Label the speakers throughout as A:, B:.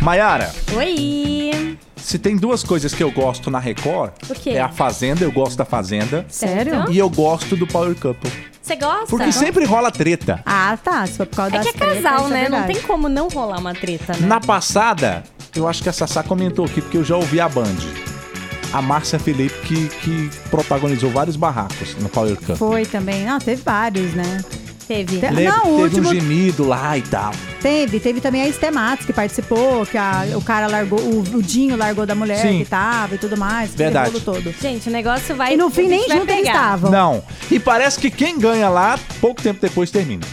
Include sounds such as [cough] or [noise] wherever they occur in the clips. A: Maiara,
B: Oi!
A: se tem duas coisas que eu gosto na Record,
B: O quê?
A: é a Fazenda, eu gosto da Fazenda,
C: Sério?
A: e eu gosto do Power Couple.
B: Você gosta?
A: Porque sempre rola treta.
C: Ah, tá. Se for por causa
B: É
C: das
B: que é
C: tretas,
B: casal,
C: isso é
B: né? não
C: verdade.
B: tem como não rolar uma treta, né?
A: Na passada, eu acho que a Sassá comentou aqui, porque eu já ouvi a Band. A Márcia Felipe que, que protagonizou vários barracos no Power Couple.
C: Foi também. Ah, teve vários, né?
B: Teve.
C: Te-
A: Lembra
C: Não,
A: que
C: o
A: teve
C: último-
A: um gemido lá e tal.
C: Teve, teve também a Estematos que participou, que a- o cara largou, o, o Dinho largou da mulher
A: Sim.
C: que tava e tudo mais. aquele
A: Verdade.
C: rolo todo.
B: Gente, o negócio vai.
C: E no
B: o
C: fim nem
B: bicho vai
C: junto eles
B: pegar.
C: estavam. É
A: Não. E parece que quem ganha lá, pouco tempo depois termina.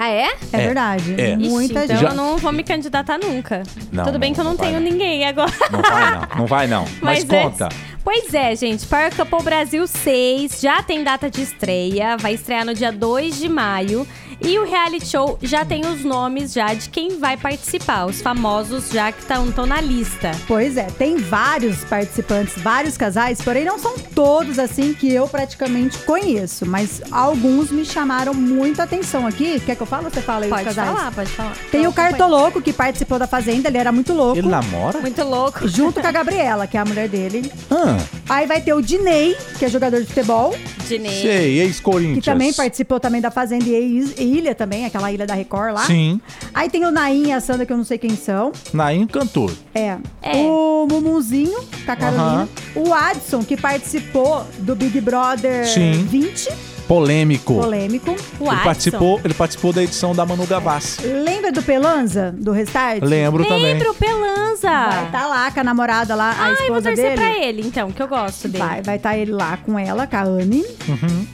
B: Ah, é?
C: É,
A: É,
C: verdade.
A: é.
B: Ixi,
C: Muita
B: então
C: gente.
A: Já-
B: eu não vou me candidatar nunca.
A: Não,
B: Tudo bem
A: não,
B: que eu não
A: não vai,
B: tenho
A: não.
B: ninguém agora. [laughs]
A: Não vai não, não vai
C: [laughs]
A: não. Mas,
B: antes-
A: conta.
B: Pois é, gente. Power Couple Brasil 6 já tem data de estreia. Vai estrear no dia 2 de maio. E o reality show já tem os nomes já de quem vai participar. Os famosos já que estão na lista.
C: Pois é, tem vários participantes, vários casais, porém não são todos assim que eu praticamente conheço, mas alguns me chamaram muita atenção aqui. Quer que eu fale ou você fala aí os
B: Pode
C: casais?
B: falar, pode falar.
C: Tem
B: Então,
C: o Cartoloco que participou da Fazenda, ele era muito louco.
A: Ele namora?
B: Muito louco.
C: Junto com a Gabriela, que é a mulher dele.
A: Ah,
C: Aí vai ter o Dinei, que é jogador de futebol,
B: Dinei.
A: sei,
C: É. que
A: ex-Corinthians.
C: também participou também da Fazenda e ex- e Ilha também, aquela ilha da Record lá.
A: Sim.
C: Aí tem o Nain e a Sandra, que eu não sei quem são.
A: Naim cantor.
C: É.
B: É.
C: O Mumunzinho, com a Carolina. O Adson, que participou do Big Brother
A: Sim.
C: 20,
A: Polêmico.
C: polêmico.
B: O
A: Ele
B: Adson.
A: participou, ele participou da edição da Manu Gavassi.
C: Lembra do Pelanza, do Restart?
A: Lembro também.
B: Lembro, Pelanza.
C: Vai tá lá com a namorada lá, a
B: Ai, vou
C: esposa
B: torcer
C: dele.
B: pra ele, então, que eu gosto dele.
C: Vai, vai estar ele lá com ela, com a Anne.
A: Uhum.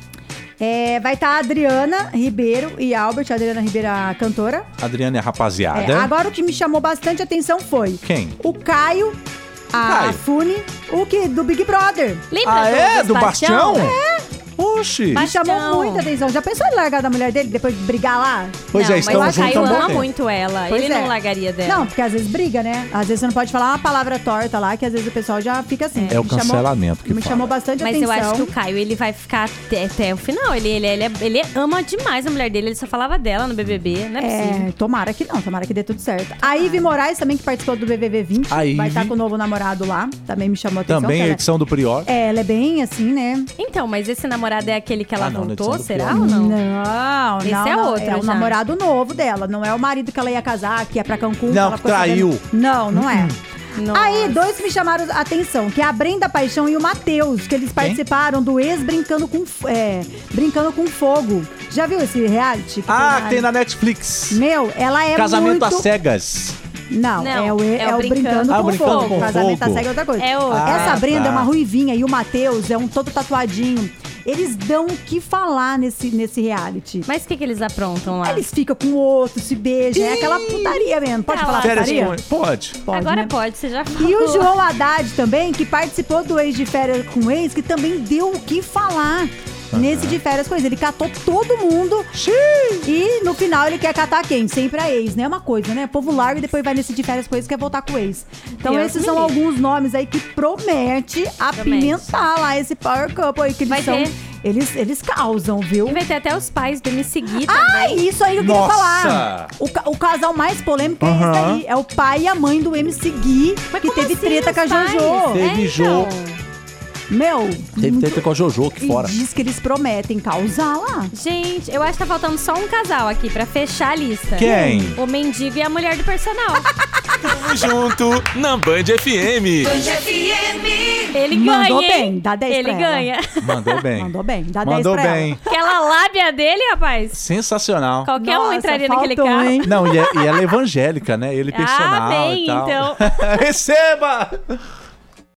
C: É, vai estar a Adriana Ribeiro e Albert. A Adriana Ribeiro, a cantora.
A: Adriana é
C: É,
A: rapaziada.
C: agora o que me chamou bastante atenção foi
A: Quem?
C: o Caio, a
A: Caio?
C: Fune, o que do Big Brother.
B: Lembra
A: ah, é?
B: Douglas
A: Do Bastião? É. Oxi.
C: Me
B: Mas- Bastião.
C: chamou muita atenção. Já pensou em largar da mulher dele depois de brigar lá? tá
A: Pois
B: não,
A: é,
B: mas o
A: estamos juntos há
B: Caio
A: um bom
B: ama
A: tempo.
B: muito ela.
C: Pois
B: ele
C: é.
B: não largaria dela.
C: Não, porque às vezes briga, né? Às vezes você não pode falar uma palavra torta lá, que às vezes o pessoal já fica assim.
A: É o
C: Me chamou-
A: cancelamento que
C: Me
A: fala.
C: chamou bastante
B: Mas
C: atenção.
B: eu acho que o Caio, ele vai ficar até, até o final. Ele, ele, ele, ele ama demais a mulher dele. Ele só falava dela no BBB. Não é, possível.
C: É, tomara que não, tomara que dê tudo certo. A Ive Moraes também, que participou do BBB 20,
A: A
C: vai
A: Ivy.
C: estar com o novo namorado lá, também me chamou a atenção.
A: Também a
C: que ela-
A: edição do Prior.
C: então
A: Ah,
C: é, ela é bem assim, né?
B: Então, mas esse namorado é aquele que ela
A: Ah, não,
B: voltou,
A: Alexandre
B: será
A: Pio.
B: ou não?
C: Não,
B: Esse
C: não,
B: é
C: não,
B: outro
C: É
B: já.
C: o namorado novo dela, não é o marido que ela ia casar, que ia pra Cancún.
A: Não,
C: ela
A: que
C: ficou sabendo.
A: traiu. Hum.
C: Não, não é.
B: Nossa.
C: Aí, dois que me chamaram a atenção, que é a Brenda Paixão e o Matheus, que eles participaram do ex Brincando com, F- é, Brincando com Fogo. Já viu esse reality? que
A: Ah, que tem na Netflix.
C: Meu, ela é
A: Casamento
C: muito...
A: às cegas.
C: Não,
B: Não,
C: é o, é, é o brincando,
A: Ah,
C: com
A: Brincando
C: fogo.
A: com Fogo.
C: Casamento tá cego é outra coisa.
B: É outra.
A: Ah,
C: Essa Brenda
A: tá.
C: é uma ruivinha e o Matheus é um todo tatuadinho. Eles dão o que falar nesse, nesse reality.
B: Mas o que, que eles aprontam
A: Ah.
B: lá?
C: Eles ficam com o outro, se beijam. É aquela putaria mesmo. Pode
B: Tá
C: falar
B: lá.
A: Férias
C: putaria?
A: com... Pode.
C: Pode,
B: Agora
C: né?
B: pode, você já falou.
C: E o João Haddad também, que participou do Ex de Férias com Ex, que também deu o que falar
B: Ah, é.
C: nesse de Férias com Ex. Ele catou todo mundo e no final ele quer catar quem? Sempre a ex, né? É uma coisa, né? O povo larga e depois vai nesse de Férias com Ex e quer voltar com o ex. Então
B: Deus
C: esses
B: me
C: são
B: livre.
C: alguns nomes aí que promete apimentar lá esse Power Couple aí, que eles
B: Vai
C: são...
B: ter.
C: Eles, eles causam, viu?
B: E vai ter até os pais do me seguir
C: Ah, isso aí que eu queria
A: Nossa!
C: falar. O, ca- o casal mais polêmico é
A: Aham.
C: esse aí. É o pai e a mãe do MC Gui,
B: Mas
C: que
B: como
C: teve
B: assim
C: treta
B: os
C: com a
B: pais?
C: JoJo.
A: Teve
B: É,
A: Jô.
B: então.
C: Meu,
A: Teve
C: muito-
A: treta com a Jojo aqui
C: e
A: fora.
C: diz que eles prometem causar lá.
B: Gente, eu acho que tá faltando só um casal aqui pra fechar a lista.
A: Quem?
B: O mendigo e a mulher do personal.
C: [laughs]
D: Tamo junto na Band FM.
B: Ele
C: Mandou
B: ganha. hein?
C: bem, dá 10
B: Ele
C: pra ela.
B: ganha. [laughs]
A: Mandou bem.
C: Mandou bem, dá 10
A: Mandou
C: pra
A: bem.
C: ela.
B: Aquela lábia dele, rapaz.
A: Sensacional.
B: Qualquer um
C: Nossa,
B: entraria naquele
C: faltou,
B: carro.
C: hein?
A: Não, e, é- e ela é evangélica, né? Ele
B: Ah,
A: personal
B: bem,
A: e tal.
B: então.
A: [laughs] Receba!